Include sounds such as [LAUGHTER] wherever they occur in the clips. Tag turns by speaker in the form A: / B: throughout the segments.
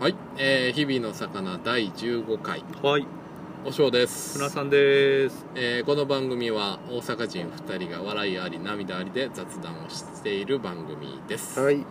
A: はい、えー日々の魚第15回
B: はい
A: おしょうです
B: 船さんです
A: えーこの番組は大阪人2人が笑いあり涙ありで雑談をしている番組です、
B: い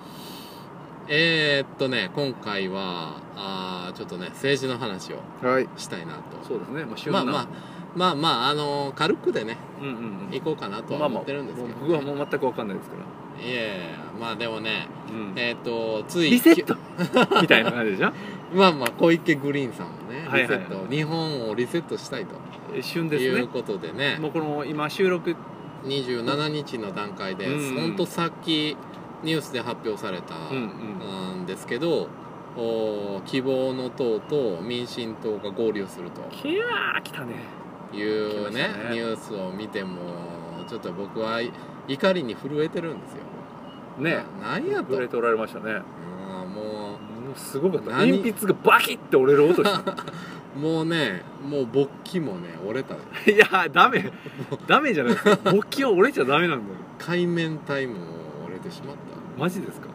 A: えーっとね今回はあーちょっとね政治の話を
B: はい
A: したいなと
B: そうですねまあ旬
A: ま
B: な
A: あまあまあまああのー軽くでね
B: うんうん
A: 行こうかな
B: う
A: と
B: ん
A: は思ってるんですけど、
B: 僕はもう全くわかんないですから
A: いやいやいやまあでもね
B: うん
A: えーっとつい
B: リセット
A: [LAUGHS]
B: みたいな感じでしょ
A: まあまあ小池グリーンさんもね
B: はい
A: リセ
B: はい
A: ット、日本をリセットしたいと
B: え旬で
A: い
B: す
A: う
B: ね
A: ことでね
B: もうこの今収録
A: 27日の段階で、
B: うん
A: ほんとさっきニュースで発表された
B: うん
A: んですけど、お希望の党と民進党が合流する
B: うんきゃー来たね
A: というね
B: 来ましたね
A: ニュースを見てもちょっと僕は怒りに震えてるんですよ
B: ね
A: な何やと
B: 震えておられましたね
A: うんも
B: もうすごかった
A: 何
B: 鉛筆がバキッて折れる音した
A: [LAUGHS] うもうねもう勃起もね折れた
B: いやーダメダメじゃないですか勃起は折れちゃダメなんだよ
A: 海面体も折れてしまった
B: マジですか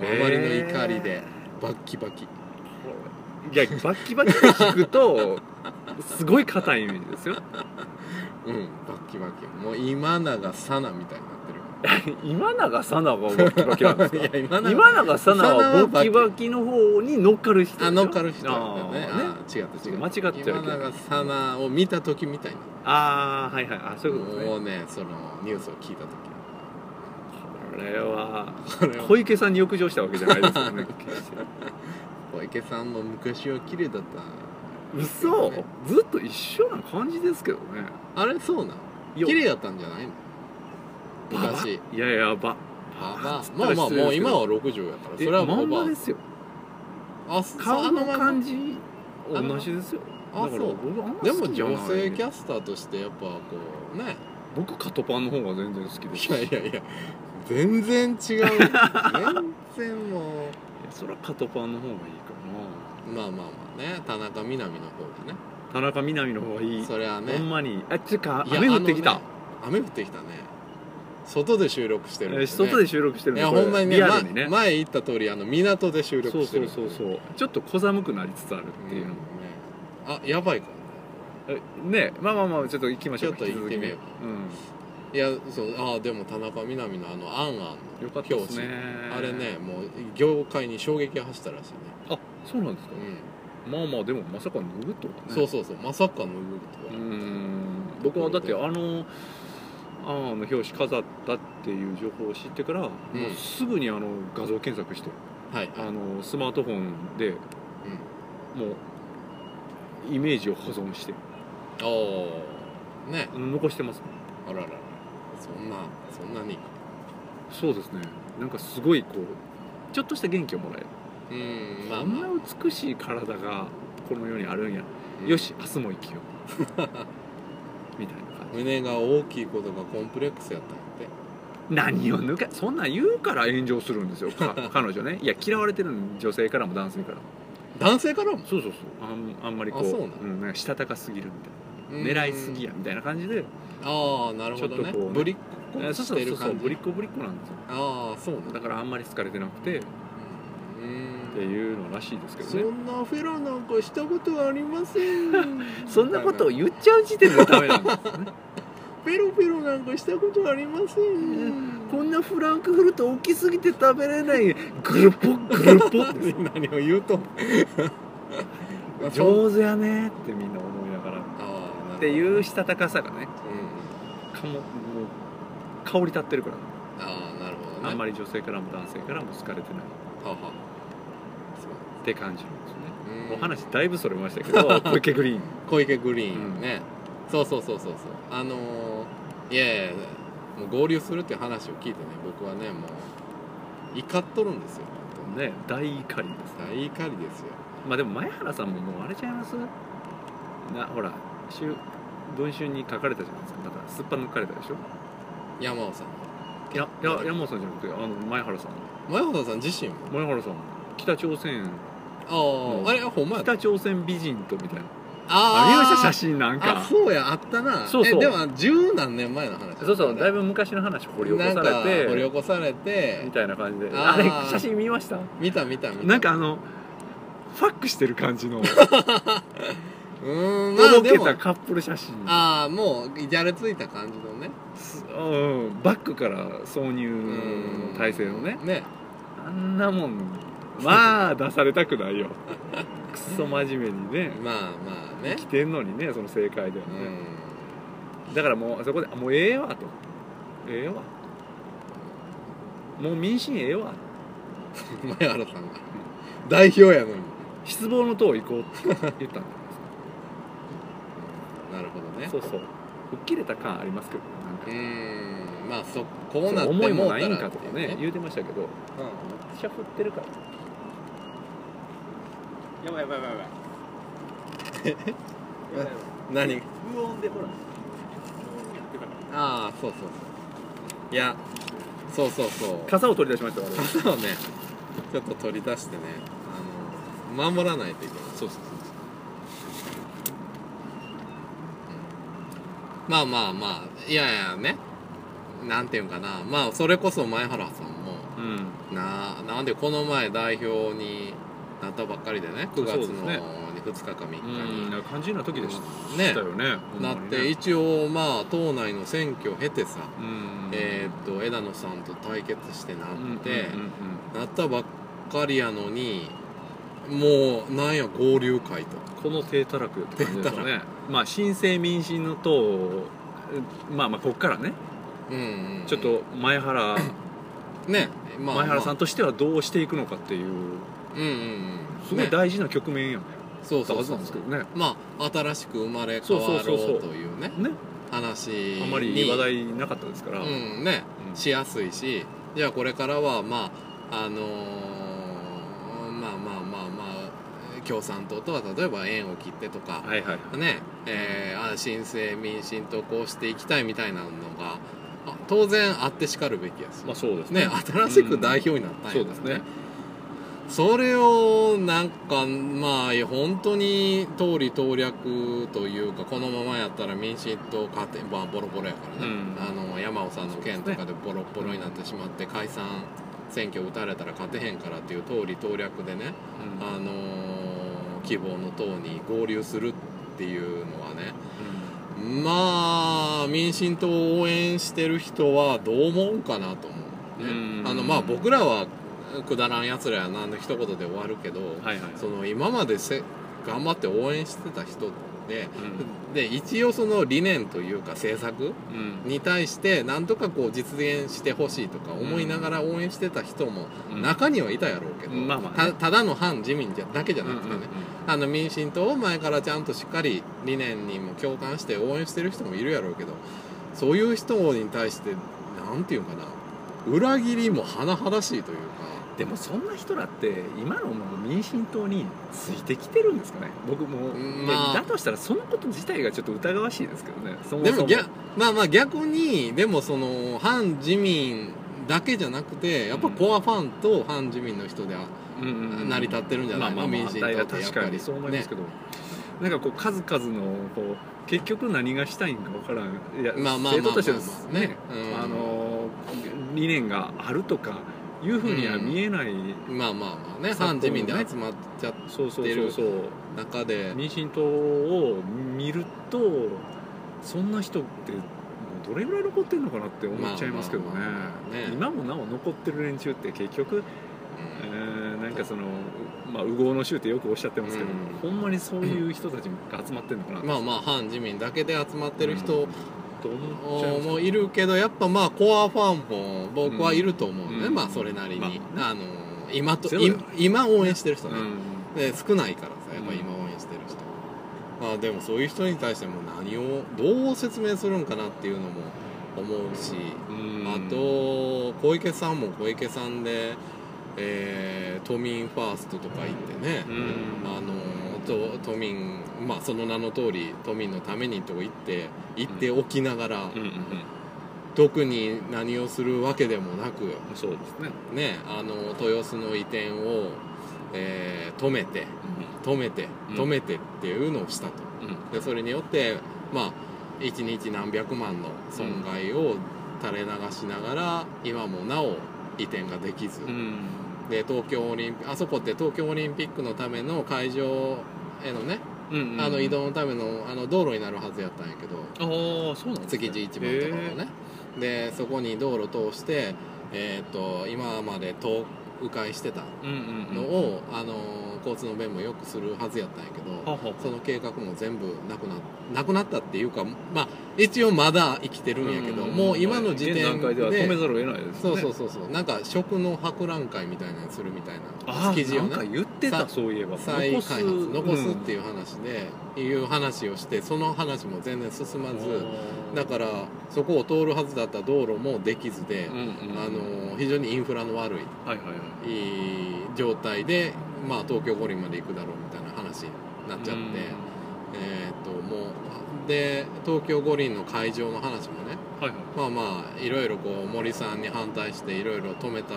A: うんもうあまりの怒りでバッキバキ
B: いやバッキバキで弾くとすごい硬いイメージですよ
A: うんバッキバキもう今永サナみたいになってる
B: 今永さなはバッキバキなんです
A: [LAUGHS]
B: か
A: いや今永
B: 今永さなはバッキ
A: サナは
B: バキの方に乗っかる人でしょ
A: あ乗っかる人だよね
B: あーね
A: あー違った違った
B: 間違ってはいけない
A: 今永サナを見た時みたいな
B: あーはいはいあそういうこと
A: も
B: ね
A: うねそのニュースを聞いた
B: これは
A: 時これは
B: 小池さんに浴場したわけじゃないですよ
A: [LAUGHS]
B: ね決して
A: 小池さんも昔は綺麗だった
B: 嘘ずっと一緒な感じですけどね
A: あれそうなの
B: いや
A: 綺麗だったんじゃないの
B: ババ
A: 昔
B: いやいやば
A: あまあ
B: つった
A: まあ
B: ら
A: まあ
B: 失礼
A: もう
B: ですけど
A: 今は60やからそ
B: え
A: れはも
B: ま
A: うん
B: ま
A: ま
B: ですよ
A: ああそ
B: 顔
A: あ
B: の
A: まま
B: 感じ
A: あの
B: 同じですよ
A: あ
B: だから
A: そう
B: 僕あんま好き
A: でも
B: じゃない
A: 女性キャスターとしてやっぱこうね
B: 僕カトパンの方が全然好きです
A: いやいやいや全然違う全然もう
B: そりゃカトパンの方がいいか
A: まあまあまあね田中みな実の方がね
B: な田中みな実の方がいい
A: それはね
B: ほんまにあっちゅうか
A: いや
B: 雨降ってき
A: あ
B: た
A: のね、雨降ってきたね外で収録して
B: え
A: るん
B: ー外で収録してる
A: い
B: の
A: や
B: これ
A: ほんまにね
B: リアルにね、
A: ま前言った通りあの港で収
B: そ
A: 録
B: う
A: して
B: そ
A: る
B: うそうそううちょっと小寒くなりつつあるっていうの
A: ん
B: も、
A: あやばいかもね
B: えねまあまあまあちょっと行きましょう
A: ちょっと行ってみよう
B: 引き続き
A: い
B: ね
A: やそうあでも田中みな実のあの「あんあん」
B: うんよか
A: の
B: っ
A: 表
B: たですね
A: 紙あれねもう業界に衝撃が走ったらしいね
B: あそうなんですか
A: う、ん
B: まあまあでもまさか脱ぐとはね
A: そうそうそうまさか脱ぐと
B: う
A: は
B: ん僕はだってあの「あの表紙飾ったっていう情報を知ってから、
A: ん
B: もうすぐにあの画像検索して
A: はいはい
B: あのスマートフォンでもうイメージを保存して
A: うんおーね
B: 残してます
A: あらららそんなそんなに
B: そうですねなんかすごいこうちょっとした元気をもらえる、
A: うん
B: ま
A: ま
B: あ
A: あまあ
B: んな美しい体がこの世にあるんや、
A: うん
B: よし明日も生きよ [LAUGHS] うみたいな感じ
A: 胸が大きいことがコンプレックスやったんやって
B: 何を抜けそんなん言うから炎上するんですよ [LAUGHS] か彼女ねいや嫌われてるん女性からも男性からも
A: 男性からも
B: そうそうそうあんあんまりこう
A: あそうなの
B: ん、なんかしたたかすぎるみたいな狙いすぎ
A: や
B: やみたいな感じで
A: ああなるほど
B: ちょ
A: ね
B: っとこうね
A: ぶりっ子
B: えーそう
A: し
B: そう
A: て
B: そ
A: る
B: うそう
A: 感
B: ぶり
A: じ
B: っ子ぶりっ子なんですよ
A: ああそうなんだ
B: だからあんまり好かれてなくてっ
A: う
B: て
A: ん
B: いうのらしいですけ
A: そ
B: どね
A: んなフェラなんかしたことありません
B: [LAUGHS] そんなことを言っちゃう時点でダメなんですよね
A: ペロペロなんかしたことありません
B: [LAUGHS] こんなフランクフルト大きすぎて食べれないグルポグルポっ [LAUGHS] て
A: 何を言うと
B: 上手やねってみんな思いながら
A: っ
B: っていうしたたかさがね
A: うん、
B: かももう香り立ってるから
A: ああなるほどね
B: あんま
A: り
B: り女性からも男性からも好かれてないっ
A: ははそう
B: て感じなんですよね
A: うん
B: お話だいぶそれましたけど小池グリーン
A: 小池グリーンね、そうそうそうそうそうあのー、いやいやもう合流するっていう話を聞いてね僕はねもう怒っとるんですよ本
B: ね大怒りです
A: 当に大怒りですよ
B: まあでも前原さんももうあれちゃいますなほら週文春に書かれたじゃないですかだからすっぱ抜かれたでしょ
A: 山尾さん
B: いやいや山本さんじゃなくてあの前原さん
A: 前本さん自身も
B: 前原さん北朝鮮
A: あ
B: うん
A: ああれほんまやった
B: 北朝鮮美人とみたいな
A: あ
B: ありました
A: ー
B: 写真なん
A: あ
B: か
A: そうやあったな
B: そうそう
A: えでも十何年前の話
B: そうそうだい
A: ぶ
B: ぶ昔の話掘り起こされて
A: 掘り起こされて
B: みたいな感じで
A: あ
B: あ
A: ー
B: れ写真見ました
A: 見た見た見た
B: なんかあのファックしてる感
A: [LAUGHS]
B: じの
A: うーんまあ
B: 届
A: で
B: け
A: も
B: たカップル写真
A: ああもうじゃれついた感じのね
B: すうんバッグから挿入の体勢のね
A: ね
B: あんなもんまあ出されたくない [LAUGHS] よくっそ真面目にね
A: まあまあね
B: 来てんのにねその正解では
A: う
B: ね、
A: ん
B: だからもうそこで「あもうええわ」と「ええわ」もう民心ええわ
A: 前原さんが代表やのに
B: 失望の塔行こうって言ったん [LAUGHS] だ
A: なるほどね
B: そうそう吹っ切れた感ありますけどなん
A: う
B: か
A: ーんまあそこうなって
B: 思い
A: もう
B: も
A: た
B: ないん
A: ら
B: か
A: っ
B: と
A: てい
B: か
A: う
B: ね言うてましたけどめっちゃ振ってるから
C: やばいやばいやばいやばいや
B: [LAUGHS]
C: ばいやばい
A: うん何
C: 無音でほらやってたから
A: ああそうそうそういやそうそうそう
B: 傘を取り出しました我々
A: 傘をねちょっと取り出してねあの守らないといけない
B: そうそうそう
A: まあまあまあいやいやねなんていうんかなまあそれこそ前原さんも
B: そううん
A: ななんでこの前代表になったばっかりでね9月
B: そうです
A: の
B: ね
A: 2日か3日
B: う
A: に
B: んなんか肝心な時でし
A: ね
B: たよねほんま
A: なっ
B: にね
A: て一応まあ党内の選挙を経てさ、
B: うん
A: えーっと枝野さんと対決してなって、
B: うんうんうん
A: なったばっかりやのにもうなんや合流会と
B: うんこの低たらくって感じですよ
A: 低
B: ねまあ新生民進の党をまあまあこっからね
A: うんうんうん
B: ちょっと前 [CLEARS THROAT] 原
A: ねまあ
B: 前原さん
A: ま
B: としてはどうしていくのかっていう
A: あうんうんうん
B: すごい
A: ね、
B: 大事な局面やね
A: そう
B: だ
A: そ
B: は
A: う
B: ず
A: そ
B: な
A: うん
B: ですけどね
A: まあ新しく生まれ変わろう
B: そうそうそうそう
A: というね
B: ね
A: 話
B: あんまり話題なかったですから
A: うんね
B: うん
A: しやすいしじゃあこれからはまああのーまあまあまあまあ共産党とは例えば縁を切ってとか、
B: はいはいはい
A: ねえー、あ新生民進とこうしていきたいみたいなのがあ当然あってしかるべきやし、
B: まあそうです
A: ね
B: ね
A: 新しく代表になったん
B: そ
A: や
B: う
A: か
B: で
A: ら
B: すね
A: それをなんかまあ本当に通り投略というかこのままやったら民進党勝てまあボロボロやからね、
B: うん
A: あの山尾さんの件とかでボロボロになってしまって解散選挙打たれたら勝てへんからっていう通り投略でね、
B: うん
A: あのー希望の党に合流するっていうのはねまあ民進党を応援してる人はどう思うんかなと思う、ね
B: うん
A: あのまあ僕らはくだらんやつらやなの一言で終わるけど、
B: うんはいはいはい
A: その今までせ頑張って応援してた人で
B: うん
A: で一応その理念というか政策
B: うん
A: に対して何とかこう実現してほしいとか思いながら応援してた人も
B: うん
A: 中にはいたやろうけど、
B: まあまあね
A: たただの反自民じゃだけじゃ
B: うん
A: な
B: う
A: くて
B: ん
A: ね、
B: うん
A: あの民進党を前からちゃんとしっかり理念にも共感して応援してる人もいるやろうけどそういう人に対してなんていうかな裏切りも甚だしいというか
B: でもそんな人らって今のもう民進党についてきてるんですかね僕も、
A: うんまあ
B: でだとしたらそのこと自体がちょっと疑わしいですけどねそも
A: で
B: そも
A: もぎゃまあまあ逆にでもその反自民だけじゃなくてやっぱコアファンと反自民の人であ
B: うんうんうん
A: 成り立ってるんじゃないの
B: まあまあまあ
A: 民進党ってやっぱり
B: 確かにそう思いますけど、なんかこう数々のこう結局何がしたいんか分からんいや
A: まあまあまあまあまあ
B: 政党としてですね
A: ねうん
B: あの理念があるとかいうふうには見えない、
A: まあまあまあね
B: 昨今
A: 反自民で
B: ね
A: 集まっちゃっ
B: そうそうそうそう
A: た中で
B: 民進党を見るとそんな人ってもうどれぐらい残ってるのかなって思っちゃいますけどね,、
A: まあまあまあまあね
B: 今もなお残ってる連中って結局、えーなんかそのまあ右往の衆ってよくおっしゃってますけど、
A: うん
B: ほんまにそういう人たちが集まってるのかな
A: う
B: っ
A: ん
B: て
A: まあまあ反自民だけで集まってる人、
B: と思っちゃいます
A: もいるけどやっぱまあコアファンも僕はいると思うね、
B: うん
A: まあそれなりに、
B: ま
A: あの今と
B: ゼロだよ
A: 今今応援してる人
B: う
A: ね、
B: ん
A: で少ないからさやっぱ
B: うん
A: 今応援してる人、まあでもそういう人に対しても何をどう説明するんかなっていうのも思うし、
B: うん
A: あと小池さんも小池さんで、えー都民ファーストとか言ってね、
B: うん
A: あのと都民まあその名の通り都民のためにと言って言っておきながら、
B: うんうん
A: 特に何をするわけでもなく
B: うんそうですね、
A: ねあの豊洲の移転を、えー止めて止めて
B: うん
A: 止めてっていうのをしたと、
B: うん
A: でそれによってまあ1日何百万の損害を垂れ流しながら、今もなお移転ができず、
B: うん
A: で東京オリンピあそこって東京オリンピックのための会場へのね、
B: うんうん
A: あの移動のためのあの道路になるはずやったんやけど
B: ああそうなんです
A: 築
B: ね
A: 地市場のところね、でそこに道路通して、えー、と今までと迂回してた
B: へーうんうん
A: の
B: うん
A: を、あの交通の便もよくするはずやったんやけど
B: はは
A: その計画も全部なくななくなったっていうかまあ一応まだ生きてるんやけど、もう今の時点で
B: 現段階では止めざるを得ないですね
A: そうそうそうそうなんか食の博覧会みたいなのするみたい
B: あ
A: な
B: あ
A: 築地を
B: なんか
A: ね
B: 言って
A: さ
B: たそういえば
A: 再開発残すって
B: い
A: いう話で、いう話をしてその話も全然進まずだからそこを通るはずだった道路もできずで、あの非常にインフラの悪い
B: はいはいはい
A: いい状態で、まあ、東京五輪まで行くだろうみたいな話になっちゃって、えーっともうで東京五輪の会場の話もね
B: うんはいはい
A: まあまあいろいろこう森さんに反対していろいろ止めた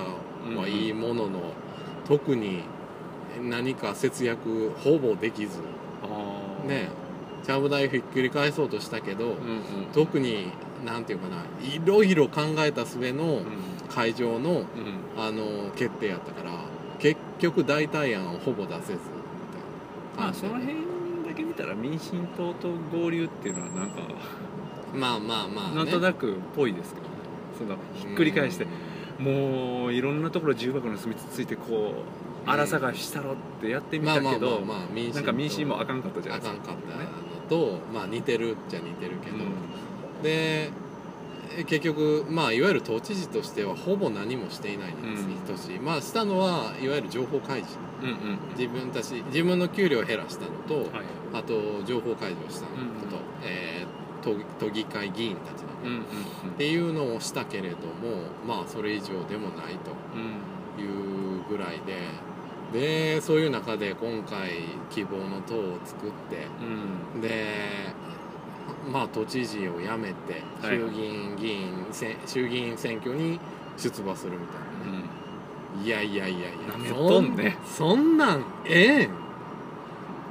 A: はいいものの、特に何か節約ほぼできず
B: ああ
A: ねちゃぶ台ひっくり返そうとしたけど、
B: うんうん
A: 特になんていうかないろいろ考えた末の
B: う
A: 会場の
B: んうん
A: あの決定やったから結局代替案をほぼ出せずみたいな
B: ま
A: 感
B: あ
A: じ
B: そ
A: で
B: の辺だけ見たら民進党と合流っていうのはなんか
A: まあまあまあ、ね、
B: なんと
A: く
B: なくっぽいですけどねそのひっくり返してもういろんなところ重箱の隅つついてこう荒探ししたろってやってみ
A: まあ
B: た
A: まあ
B: け
A: まあ
B: ど
A: まあ民進
B: なんか民進もあかんかったじゃな
A: あ
B: いで
A: か
B: す
A: ん
B: か
A: かった
B: ね
A: のと、まあ、似てるっちゃ似てるけど、
B: う
A: でえ結局、まあ、いわゆる都知事としてはほぼ何もしていないんです、
B: うん
A: 等しいまあしたのはいわゆる情報開示
B: んうんうん
A: 自分たち自分の給料を減らしたのと、
B: はい
A: あと情報開示をしたのと、
B: うん
A: えー都都議会議員たちの、
B: うんうん
A: っていうのをしたけれどもまあそれ以上でもない
B: うん
A: というぐらいででそういう中で今回希望の党を作って
B: うん
A: でまあ都知事を辞めて
B: はい
A: 衆議院議員、せん衆議院選挙に出馬するみたいなね、いやいやいやいや
B: なめ
A: そ
B: とんね
A: そんなんええん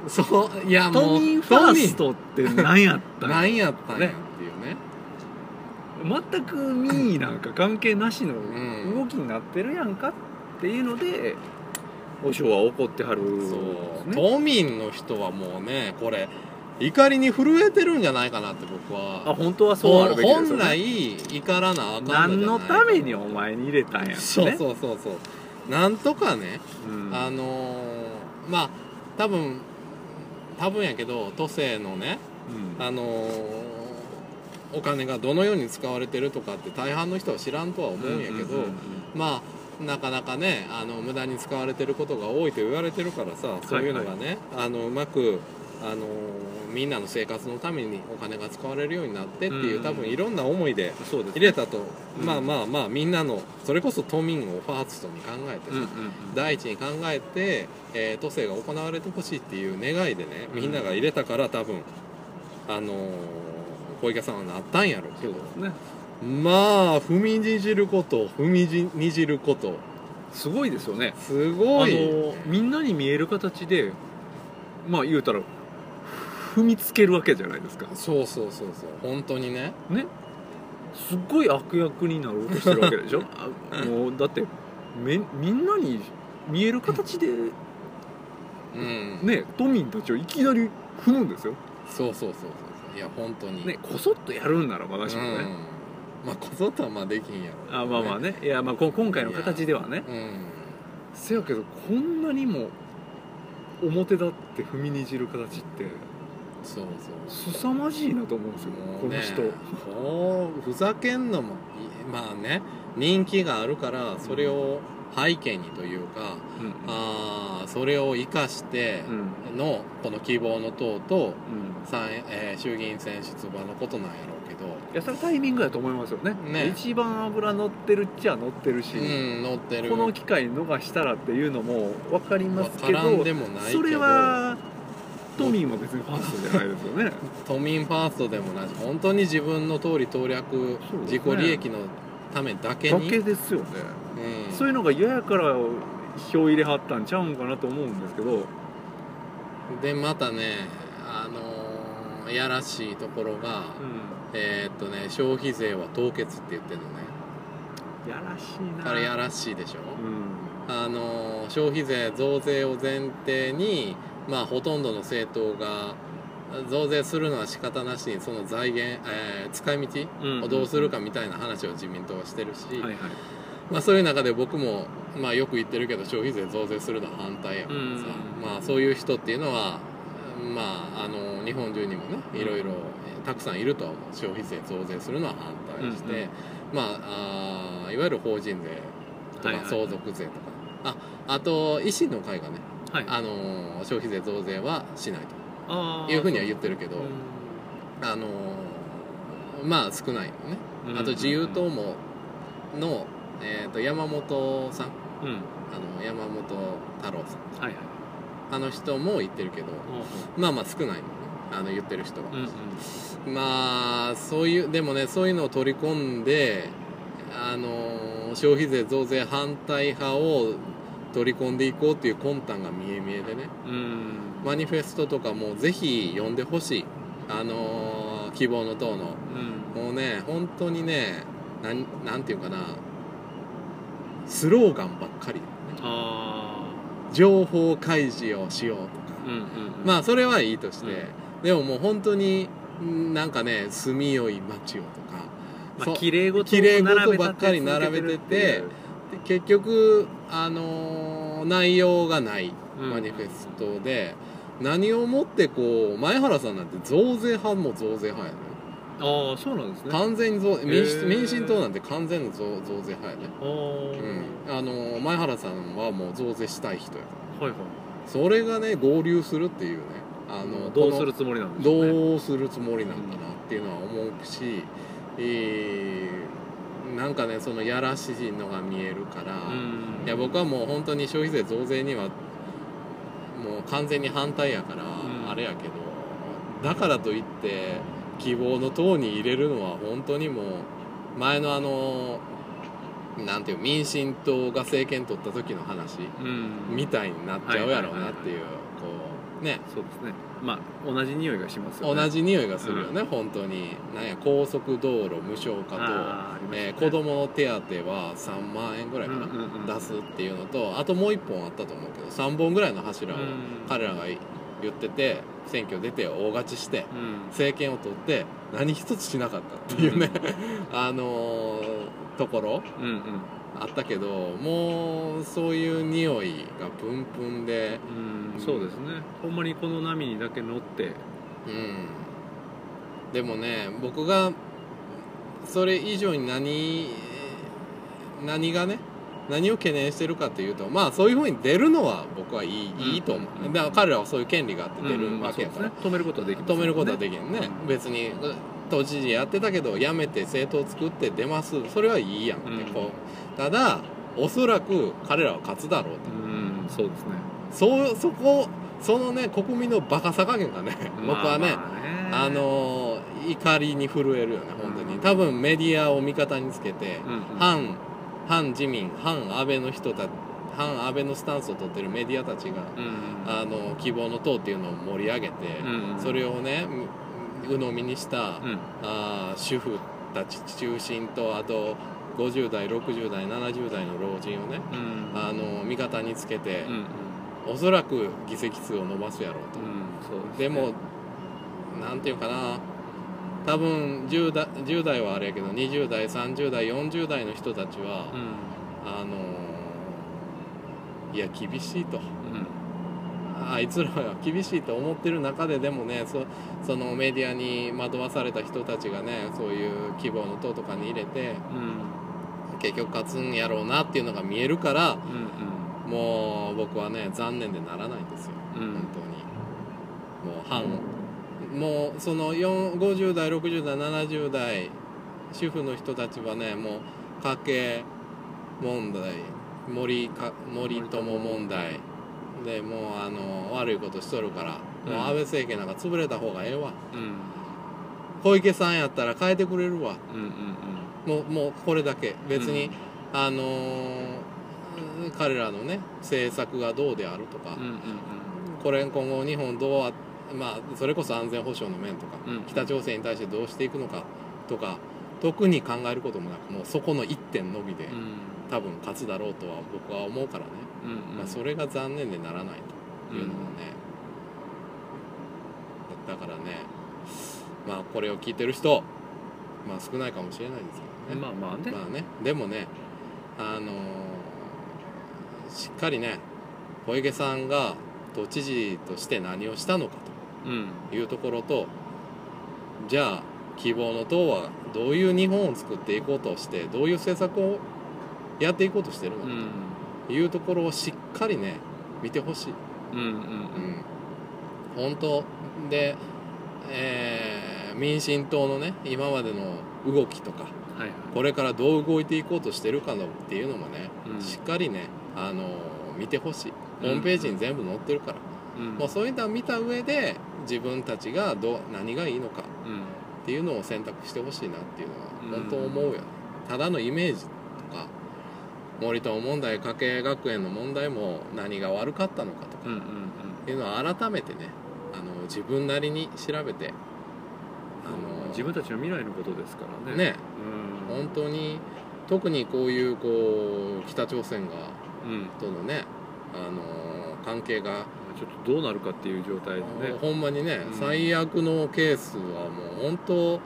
A: そういや
B: うん
A: も
B: 都
A: う
B: 民ファーストって何やった
A: 都民な
B: んや
A: んやったんやっていうね
B: 全く民意なんか関係なしの
A: ん
B: 動きになってるやんかっていうので和尚は怒ってはるんです
A: そう、
B: ね
A: 都民の人はもうねこれ怒りに震えてるんじゃないかなって僕
B: あ
A: は
B: 本当はそうあるべきですよ
A: 本
B: ね
A: 来怒らなあかんの
B: 何
A: じゃない
B: のためにお前に入れたんやってね
A: そうそうそうそうなんとかね、
B: うん
A: あのーまあ多分多分やけど都政のね
B: うん
A: あのーお金がどのように使われてるとかって大半の人は知らんとは思うんやけど、
B: ううんうん
A: まあなかなかねあの無駄に使われてることが多いと言われてるからさそういうのがね、あのうまくあのみんなの生活のためにお金が使われるようになってっていう、
B: うん
A: 多分いろんな思いで
B: そうです
A: 入れたと、
B: うん
A: まあまあまあみんなのそれこそ都民をファーストに考えて
B: うん
A: さ、
B: うん
A: 第一に考えて、えー都政が行われてほしいっていう願いでねみんなが入れたから多分あの小池さんはなったんやろうけど
B: うんね
A: まあ踏みにじること踏みにじること
B: すごいですよね
A: す
B: あ
A: ごい
B: のみんなに見える形でまあ言うたら踏みつけるわけじゃないですか
A: そうそうそうそう本当にね
B: ねすっごい悪役になろうとしてるわけでしょあもうだってめみんなに見える形で
A: うん
B: ね都民たちをいきなり踏むんですよ、
A: そうそうそうそうそういや本当に
B: ね、こそっとやるんならまだし
A: う
B: もね、
A: んまあこそとはまあできんやろ
B: あまあまあねいやまあこ今回の形ではね
A: うん
B: せやけどこんなにも表立って踏みにじる形って
A: そうそう
B: 凄まじいなと思うんですよ、この人、
A: こうふざけんのもいまあね人気があるからそれを背景にというか、
B: うん
A: あーそれを生かして
B: うん
A: のこの希望の党と
B: うん
A: 参えー衆議院選出馬のことなんやろうけど
B: いやそれタイミングだと思いますよね
A: ね
B: 一番脂乗ってるっちゃ乗ってるし、
A: うん乗ってる
B: この機会逃したらっていうのも分かりますけど
A: 絡んでもないけど
B: それは都民は別にファーストじゃないですよね
A: 都民ファーストでもないし本当に自分の通り投略、
B: そうです
A: 自
B: ね
A: 己利益のためだけ
B: だ
A: に
B: けですよね、
A: うん、
B: そういうのが嫌やから票入れはったんちゃうんかなと思うんですけど
A: でまたねあのーやらしいところが、えーっとね消費税は凍結って言ってるのね
B: やらしいな
A: あれやらしいでしょ
B: うん
A: あの消費税増税を前提に、まあ、ほとんどの政党が増税するのは仕方なしにその財源、えー使い道をどうするかみたいな話を自民党はしてるし、
B: はいはい
A: まあ、そういう中で僕も、まあ、よく言ってるけど消費税増税するのは反対やからさ、
B: うん
A: まあ、そういう人っていうのは、まあ、あの日本中にもねいろいろえーたくさんいるとは思う消費税増税するのは反対して、
B: うんうん
A: まああーいわゆる法人税と
B: はい
A: か
B: はい
A: 相続税とか、ああと維新の会がね、
B: はい
A: あの消費税増税はしない
B: あ
A: と
B: ー
A: いうふうには言ってるけど、
B: うん
A: あのまあ少ないのね。
B: うん
A: あと自由党もの、えー、と山本さん
B: うんうん
A: あの山本太郎さん
B: はいはい
A: あの人も言ってるけどまあまあ少ないのねあの言ってる人は、
B: うんうん
A: まあそういうでもねそういうのを取り込んであの消費税増税反対派を取り込んでいこうっていう魂胆が見え見えでね
B: うん
A: マニフェストとかもぜひ読んでほしいあの希望の党の
B: うん
A: もうね本当にねなんなんていうかなスローガンばっかり、ね、
B: あ
A: 情報開示をしようとか、
B: ーうんうんうん
A: まあそれはいいとして、でももう本当にんなんかね住みよい街をとか、
B: まあ
A: そう
B: 綺麗事
A: 綺麗
B: を並べ
A: 事
B: 立て
A: ばっかり並べててで結局あのー内容がない
B: うん
A: マニフェストで、何をもってこう前原さんなんて増税派も増税派やね
B: ああそうなんですね
A: 完全に増民
B: へ
A: 主
B: ー
A: 民進党なんて完全の増増税派やね、
B: あ
A: う
B: ー
A: ん、あの前原さんはもう増税したい人やから
B: はいはい
A: それがね合流するっていうねあの
B: どうす
A: この
B: るつもりなんですかね
A: どうするつもりなんかなっていうのは思うし、えーなんかねそのやらしいのが見えるから、
B: うん
A: いや僕はもう本当に消費税増税にはもう完全に反対やから、
B: ん
A: あれやけどだからといって希望の党に入れるのは本当にもう前のあのなんていう民進党が政権取った時の話
B: うん
A: みたいになっちゃうやろうなっていうこうね
B: そうですねまあ同じ匂いがしますよね
A: 同じ匂いがするよね、本当になんや高速道路無償化
B: あーあり
A: と、
B: ましたね
A: えー子供の手当は3万円ぐらいかな、
B: うんうんうん
A: 出すっていうのとあともう1本あったと思うけど3本ぐらいの柱を
B: うん
A: 彼らが言ってて選挙出て大勝ちして
B: うん
A: 政権を取って何一つしなかったっていうね、 [LAUGHS] あのーところ
B: うんうん
A: あったけどもうそういう匂いがプンプンで
B: うんそうですねほんまにこの波にだけ乗って
A: うんでもね僕がそれ以上に何何がね何を懸念してるかっていうとまあそういうふうに出るのは僕はいい,、
B: うん
A: いいと思
B: うん
A: うだから彼らはそういう権利があって出
B: うん
A: る
B: まあ
A: わけや
B: そ
A: か
B: う
A: ら、
B: ですね止めることはできます
A: 止めることは
B: き
A: できんね
B: うん
A: 別に都知事やってたけど辞めて政党作って出ますそれはいいやんって、
B: うん
A: こうただおそらく彼らは勝つだろうと
B: うんそうですね
A: そうそこそのね国民のバカさ加減がね僕はね、
B: まあまあね
A: あのー怒りに震えるよね本当
B: う
A: に
B: ん
A: 多分メディアを味方につけて、
B: うんうん
A: 反反自民反安倍の人た反安倍のスタンスを取ってるメディアたちが、
B: うん
A: あの希望の党っていうのを盛り上げて、
B: うん
A: それをねう鵜呑みにした、
B: うん
A: あー主婦たち中心とあと50代60代70代の老人をね、
B: うん
A: あの味方につけて
B: う、んうん
A: おそらく議席数を伸ばすやろうと。
B: うんそうす
A: で
B: ね
A: も、なんていうかな、多分10代 ,10 代はあれやけど、20代、30代、40代の人たちは、
B: うん
A: あのーいや、厳しいと、
B: うん
A: あいつらは厳しいと思ってる中で、でもねそ、そのメディアに惑わされた人たちがね、そういう希望の党とかに入れて、
B: うん
A: 結局勝つんやろうなっていうのが見えるから、
B: うん
A: もう僕はね、残念でならないんですよ。
B: うんうん
A: 本当にもう半、もうその4 50代60代70代主婦の人たちはねもう家計問題森か森友問題でもうあの悪いことしとるから、
B: うん
A: もう安倍政権なんか潰れた方がええわ
B: うん
A: 小池さんやったら変えてくれるわ
B: うんうん
A: もうもうこれだけ別に、
B: うん
A: あのー彼らのね政策がどうであるとか、
B: うんうん
A: これ今後日本どうあまあ、それこそ安全保障の面とか、
B: うん
A: 北朝鮮に対してどうしていくのかとか特に考えることもなくもうそこの一点のみで、
B: うんうん
A: 多分勝つだろうとは僕は思うからね
B: うん
A: まあ、それが残念でならないというのがね、だからねまあこれを聞いてる人まあ少ないかもしれないですけどね
B: まあまあね、
A: まあねでもねあのーしっかりね小池さんが都知事として何をしたのか
B: うん
A: というところとじゃあ希望の党はどういう日本を作っていこうとしてどういう政策をやっていこうとしてるの
B: う
A: か
B: ん
A: というところをしっかりね見てほしい、
B: うんうん
A: うん、本当で、えー民進党のね今までの動きとか
B: はいはい
A: これからどう動いていこうとしてるかのっていうのもね、
B: うん
A: しっかりね、あのー見てほしいホ
B: うん
A: ームページに全部載ってるから、
B: うん
A: もうそういうのは見た上で自分たちがどう何がいいのか
B: うん
A: っていうのを選択してほしいなっていうのは
B: う
A: 本
B: ん
A: 当思うよね、ただのイメージとか森友問題加計学園の問題も何が悪かったのかとか
B: うんうん
A: っていうのは改めてねあの自分なりに調べてあ
B: うん
A: の
B: 自分たちの未来のことですからね
A: ね本当に特にこういうこう北朝鮮が
B: うん、うん、
A: とのねあの関係が、
B: ちょっとどうなるかっていう状態でね
A: ほんまにね、
B: うん
A: 最悪のケースはもう本当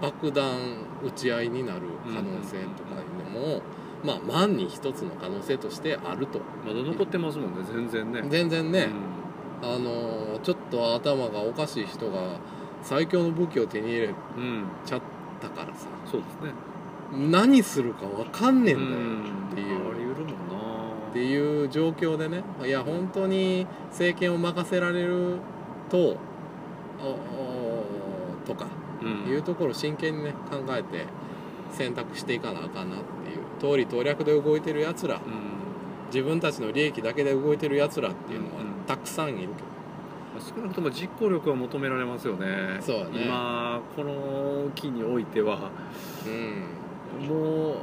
A: 爆弾打ち合いになる可能性とかいうのも、まあ万に一つの可能性としてあると
B: まだ残ってますもんね全然ね
A: 全然
B: う
A: ね、
B: ん
A: あのちょっと頭がおかしい人が最強の武器を手に入れ
B: うん
A: ちゃったからさ
B: そうですね
A: 何するかわかんねえ
B: うん
A: だよ、
B: ん
A: っていう
B: あり得るもんな
A: っていう状況でねいや本当に政権を任せられるとおおとか
B: うん
A: いうところを真剣にね考えて選択していかなあかんなっていう通り投略で動いてるやつら
B: うん
A: 自分たちの利益だけで動いてるやつらっていうのは
B: うん
A: たくさんいるけ
B: まあ少なくとも実行力は求められますよね
A: そうだね
B: 今この期においては
A: ど、うん、
B: もう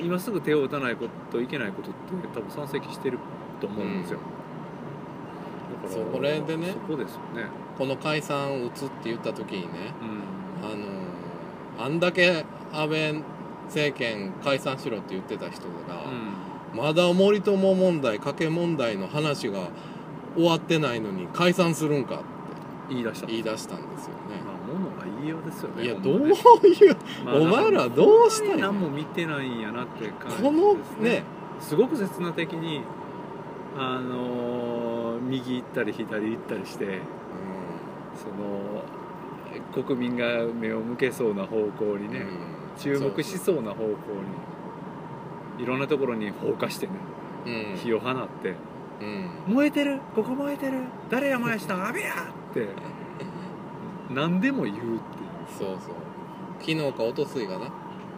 B: 今すぐ手を打たないこといけないことって多分山積してると思うんですよ、だから
A: そうこれでね
B: そこですよね
A: この解散打つって言った時にね
B: うん
A: あのーあんだけ安倍政権解散しろって言ってた人が、まだ森友問題、賭け問題の話が終わってないのに解散するんか
B: うん言い出した
A: って言い出したんですよ
B: まあ物が言いようですよ
A: ね。
B: ね
A: いや、
B: ほん
A: ど
B: ま
A: う
B: ね
A: いう、
B: まあ
A: お前らどうしたい
B: 何も
A: の
B: 見てないんやなって感じです、
A: このね、
B: すごく刹那的にあのー右行ったり左行ったりしてその国民が目を向けそうな方向に
A: うん
B: ね、
A: うん
B: 注目しそうな方向にいろんなところに放火してね
A: そううん
B: 火を放って
A: うん
B: 「燃えてるここ燃えてる誰が燃やした阿部や!」って何でも言うっていう
A: そうそう。昨日か一昨日かな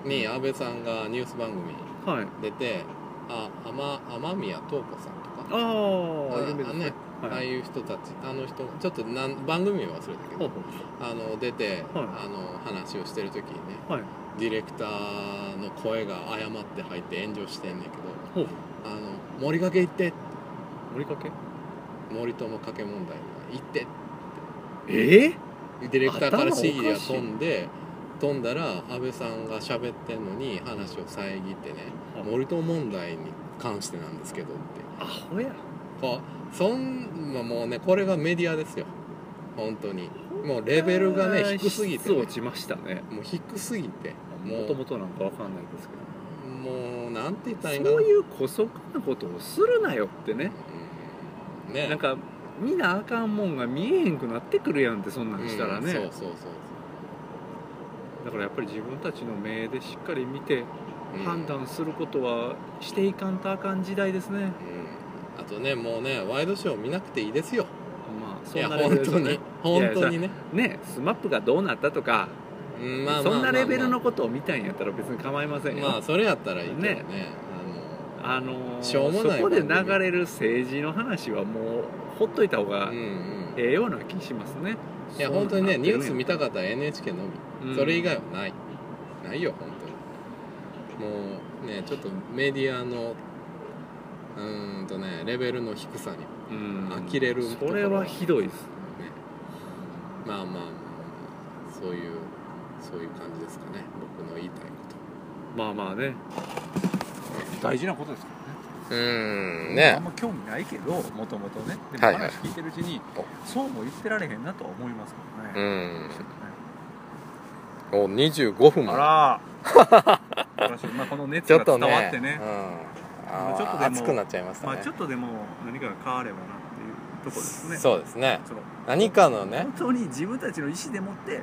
A: に安倍さんがニュース番組に
B: はい
A: 出て、あ、天天宮東子さんとか、
B: ああ有名です
A: ね
B: ね、
A: ああ
B: はい
A: いう人たち、あの人、ちょっとなん番組は忘れたけ
B: ほ
A: ど、
B: うほ
A: あの出て、
B: はい
A: あの話をしてる時にね、
B: うはい
A: ディレクターの声が誤って入って炎上してんねんけど
B: ほう
A: 「あの森掛け行って
B: 盛りかけ
A: 森友掛け問題行って
B: ええ」
A: ディレクターから指
B: 頭おかしい
A: 示が飛んで飛んだら安倍さんが喋ってんのに話を遮ってね「
B: あ
A: 森友問題に関してなんですけど」って
B: アホや
A: こうそんまあもうねこれがメディアですよ本当にもうレベルがね低すぎて、
B: 質
A: ね
B: 落、ちましたね
A: もう低すぎても
B: もと
A: う
B: もとなんかわかんないですけど
A: もうなんて言ったらいいんかな
B: そういう姑息なことをするなよってね
A: うんね
B: なんか見なあかんもんが見えへんくなってくるやんってそんなんしたらね、
A: うんそうそうそう
B: だからやっぱり自分たちの目でしっかり見て
A: そう、うん
B: 判、断することはしていかんとあかん時代ですね、
A: うん、あとねもうねワイドショー見なくていいですよ
B: ま
A: い
B: あそん
A: や
B: なレベ
A: 本
B: ル
A: 当
B: の
A: に
B: ね
A: 本当にね
B: ねスマップがどうなったとか、
A: うんまあまあ
B: そんなレベル
A: ま
B: のことを見たいんやったら別に構いませ
A: あ
B: ん
A: ま
B: よ、
A: あ、まあそれやったらいいけどね
B: ね
A: あ
B: あのー
A: しょうもない
B: そこで流れる政治の話はもうほっといた方が
A: のうんうん
B: ええような気しますね、
A: いや本当にねニュース見た
B: か
A: かったら NHK のみ、
B: うん
A: それ以外はないないよ本当にもうねちょっとメディアのうーんとねレベルの低さに
B: うん
A: 呆れるところ
B: それはひどいです
A: ね、まあまあまあまあそういうそういう感じですかね僕の言いたいこ
B: まあまあね大事なことですからね
A: とうーん
B: あ
A: ね
B: んま興味ないけどもともとねでも
A: はいはい
B: 話聞いてるうちに、
A: お
B: そうも言ってられへんなとは思いますけどね、
A: うんお25分も
B: あら
A: [LAUGHS]
B: 私まあこの熱
A: ちょ
B: が
A: っと
B: 伝
A: ね
B: わってね
A: うん、
B: まあちょっとで
A: あ
B: も
A: ー熱くなっちゃいましたね,、
B: まあ、ちょっとでも何かが変わればなっていうとこですね
A: そうですね
B: その
A: 何かのね
B: 本当に自分たちの意思でもって、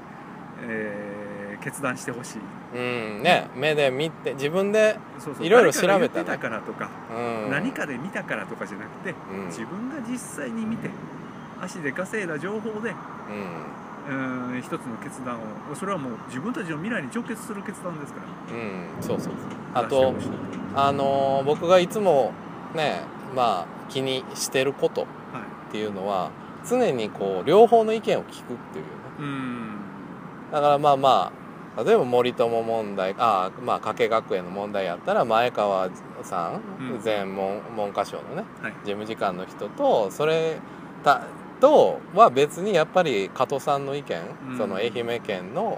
B: えー決断してほしい
A: うんね目で見て自分で、
B: そう
A: いろいろ調べたら
B: 誰かが言ってたからとか、
A: うん、
B: 何かで見たからとかじゃなくて
A: うん、
B: 自分が実際に見て足で稼いだ情報でうん一つの決断をそれはもう自分たちの未来に直結する決断ですから
A: うん、うん、そうそうあ
B: 出して
A: と
B: ほしい
A: あのー僕がいつもねまあ気にしてること
B: はい
A: っていうのは常にこう両方の意見を聞くっていうね
B: うん
A: だからまあまあ例えば森友問題ああまあ加計学園の問題やったら前川さん、
B: うん
A: 前文文科省のね、
B: はい
A: 事務次官の人とそれたとは別にやっぱり加藤さんの意見、
B: うん
A: その愛媛県の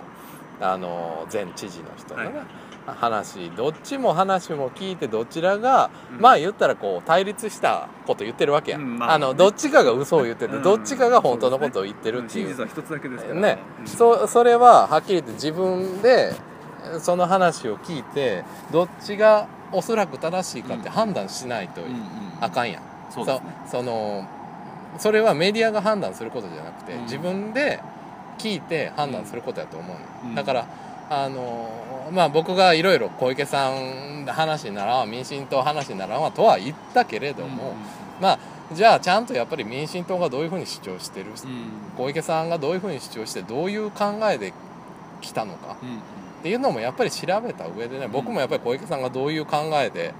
A: あの前知事の人のね、
B: はい
A: 話どっちも話も聞いてどちらが、
B: うん
A: まあ言ったらこう対立したこと言ってるわけや、
B: うんまあ
A: あのどっちかが嘘を言ってて、
B: うん
A: どっちかが本当のことを言ってるっていう
B: 真実は一つだけですから
A: ね
B: うん
A: そそれははっきり言って自分でその話を聞いてどっちがおそらく正しいかって判断しないと
B: うんうん
A: あかんやん、
B: そうですね
A: そそのそれはメディアが判断することじゃなくて、
B: うん
A: 自分で聞いて判断することやと思うの、
B: うん
A: だからあのまあ僕がいろいろ小池さんの話にならん民進党話にならんわとは言ったけれども、まあじゃあちゃんとやっぱり民進党がどういうふうに主張してる、
B: うんうん
A: 小池さんがどういうふうに主張してどういう考えで来たのか
B: うんうん
A: っていうのもやっぱり調べた上でね僕もやっぱり小池さんがどういう考えで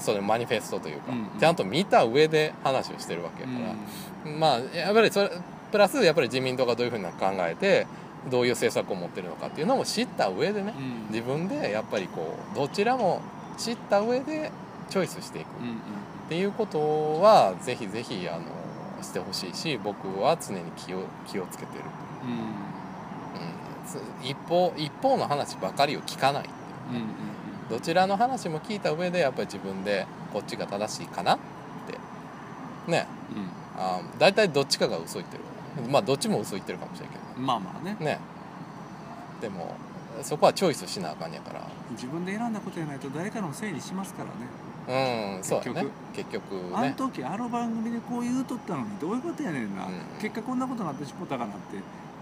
A: そのマニフェストというか、
B: うん
A: ちゃんと見た上で話をしてるわけやから、まあやっぱりそれプラスやっぱり自民党がどういうふうな考えてどういう政策を持ってるのかっていうのも知った上でね
B: うんうん
A: 自分でやっぱりこうどちらも知った上でチョイスしていく
B: うんうん
A: っていうことはぜひぜひあのしてほしいし僕は常に気を気をつけてる、うんつ、一方一方の話ばかりを聞かない
B: うんうん
A: どちらの話も聞いた上でやっぱり自分でこっちが正しいかなってねあー大体どっちかが嘘言ってるまあどっちも嘘言ってるかもしれんけ
B: うんまあまあね
A: どねでもそこはチョイスしなあかんやから
B: 自分で選んだことじゃないと誰かのせいにしますからね
A: うんそうやね結局
B: あの
A: ね
B: 時あの番組でこう言うとったのにどういうことやねんな、
A: うん
B: 結果こんなことなってしもたかなって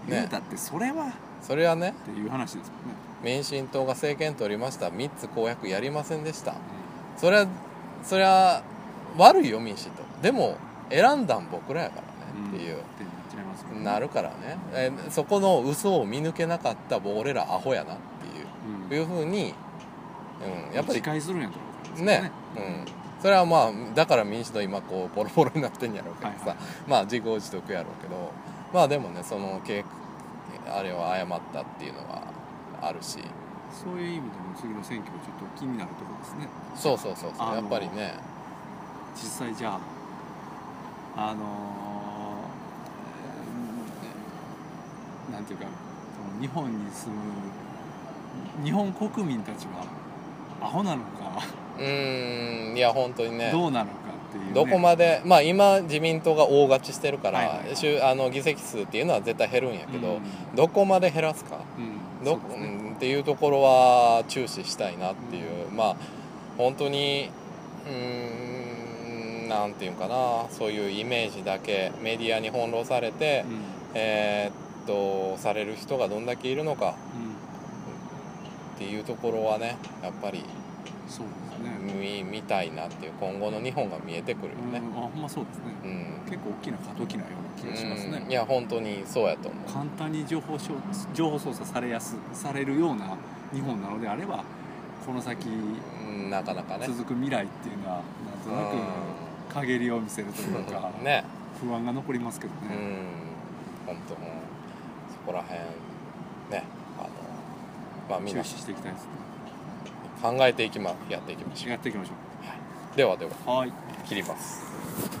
B: 言うたってそれはっ
A: それはね
B: ていう話ですもんね
A: 民進党が政権取りました3つ公約やりませんでしたそれはそれは悪いよ民進党でも選んだん僕らやからねっていう、
B: ってなっちゃいますもんね
A: なるからねえーそこの嘘を見抜けなかった俺らアホやなって
B: うん
A: いういうふうに、うん、やっぱり
B: 自戒するんやと
A: ねうん、それはまあだから民主党今こうボロボロになってんやろうけどさ、
B: はいはい
A: まあ自業自得やろうけどまあでもねその計あれは誤ったっていうのはあるし
B: そういう意味でも次の選挙もちょっと気になるところですね
A: そうそうそうそう
B: あの
A: やっぱりね
B: 実際じゃああのーえーなんていうかその日本に住む日本国民たちはアホなのか、
A: うーんいや本当にね
B: どうなのかっていう、ね、
A: どこまで、まあ、今、自民党が大勝ちしてるから、
B: はいはいはい
A: 衆あの議席数っていうのは絶対減るんやけど、
B: う
A: どこまで減らすか
B: んうん
A: ど
B: そうです
A: う
B: ね
A: んっていうところは注視したいなっていう、まあ、本当にうーんなんていうんかなそういうイメージだけメディアに翻弄されて、
B: うん
A: えーっとされる人がどんだけいるのか
B: うん
A: っていうところはねやっぱり
B: そうですね、
A: 見見たいなっていう今後の日本が見えてくるよ
B: うん
A: ね。
B: あほんまそうですね
A: うん
B: 結構大きな過渡期なような気がしますね、
A: うんいや本当にそうやと思う
B: 簡単に情報しょ情報操作されやすされるような日本なのであればこの先
A: うんなかなかね
B: 続く未来っていうのはなんとなく陰りを見せるというか [LAUGHS]
A: うんね
B: 不安が残りますけど
A: うん
B: ね、
A: 本当もうそこら辺ねあのまあみん
B: 注
A: な
B: 視していきたいですね
A: 考えていきまやっていきましょ
B: やっていきましょ
A: うではでは
B: うはい
A: 切ります